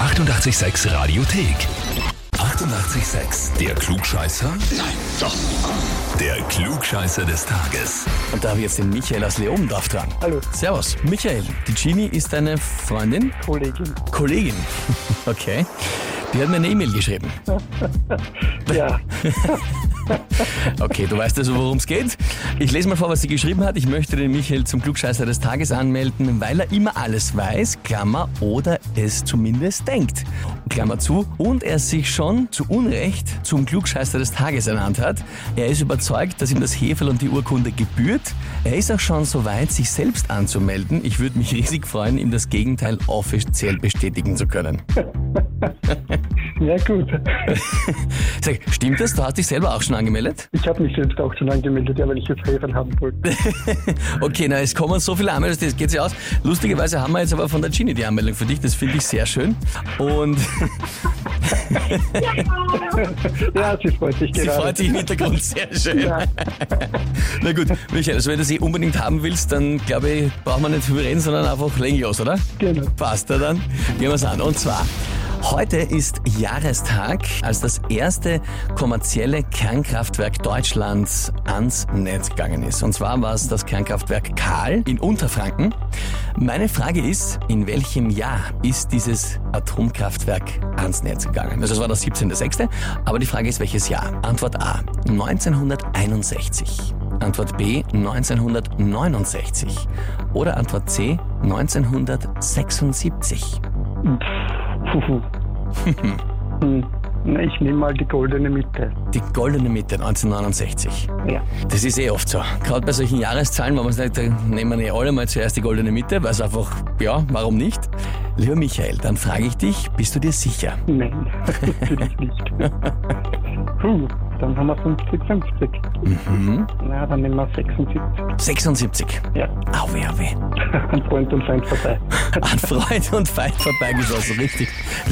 886 Radiothek. 88,6. Der Klugscheißer? Nein, doch. Der Klugscheißer des Tages. Und da habe ich jetzt den Michael aus Leoben darf dran. Hallo. Servus. Michael, die Gini ist deine Freundin, Kollegin. Kollegin. Okay. Die hat mir eine E-Mail geschrieben. Ja, Okay, du weißt also, worum es geht. Ich lese mal vor, was sie geschrieben hat. Ich möchte den Michael zum Klugscheißer des Tages anmelden, weil er immer alles weiß, Klammer, oder es zumindest denkt, Klammer zu, und er sich schon zu Unrecht zum Klugscheißer des Tages ernannt hat. Er ist überzeugt, dass ihm das Hefel und die Urkunde gebührt. Er ist auch schon so weit, sich selbst anzumelden. Ich würde mich riesig freuen, ihm das Gegenteil offiziell bestätigen zu können. ja gut. Sag, stimmt das? Du hast dich selber auch schon angemeldet? Ich habe mich selbst auch schon angemeldet, ja, weil ich jetzt Hefen haben wollte. Okay, na, es kommen so viele Anmeldungen, das geht sich aus. Lustigerweise haben wir jetzt aber von der Gini die Anmeldung für dich, das finde ich sehr schön. Und Ja, sie freut sich sie gerade. freut sich im Hintergrund sehr schön. Ja. Na gut, Michael, also wenn du sie unbedingt haben willst, dann glaube ich, brauchen wir nicht drüber reden, sondern einfach legen los, oder? Genau. Passt da dann? Gehen wir's an. Und zwar. Heute ist Jahrestag, als das erste kommerzielle Kernkraftwerk Deutschlands ans Netz gegangen ist. Und zwar war es das Kernkraftwerk Karl in Unterfranken. Meine Frage ist, in welchem Jahr ist dieses Atomkraftwerk ans Netz gegangen? Also es war das 17.06., aber die Frage ist, welches Jahr? Antwort A, 1961. Antwort B 1969 oder Antwort C 1976. Puhu. Hm. Na, ich nehme mal die goldene Mitte. Die goldene Mitte 1969. Ja. Das ist eh oft so. Gerade bei solchen Jahreszahlen, wenn man sagt, da nehmen wir eh alle mal zuerst die goldene Mitte, weil es einfach, ja, warum nicht? Lieber Michael, dann frage ich dich, bist du dir sicher? Nein, das bin ich nicht. Puh, dann haben wir 50, 50. Mhm. Na, dann nehmen wir 76. 76. Ja, Auweh, auweh. an Freund und Feind vorbei. An Freund und Feind vorbeigeschossen, richtig.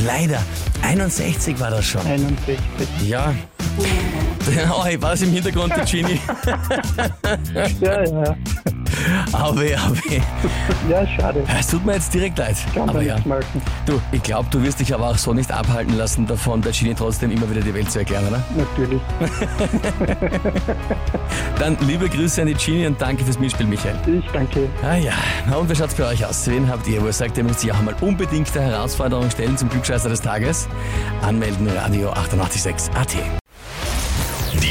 Leider. 61 war das schon. 61. Ja. Oh, ich war es im Hintergrund, der Genie. Ja, ja, Auweh, auweh. ja, schade. Es tut mir jetzt direkt leid. Kann aber man ja. nicht merken. Du, ich glaube, du wirst dich aber auch so nicht abhalten lassen davon, der Genie trotzdem immer wieder die Welt zu erklären, oder? Natürlich. Dann liebe Grüße an die Genie und danke fürs Mitspiel, Michael. Ich danke. Ah ja, na und wie schaut's bei euch aus? Wen habt ihr, wo ihr sagt, ihr müsst euch auch mal unbedingt der Herausforderung stellen zum Glückscheißer des Tages? Anmelden, Radio 886 AT.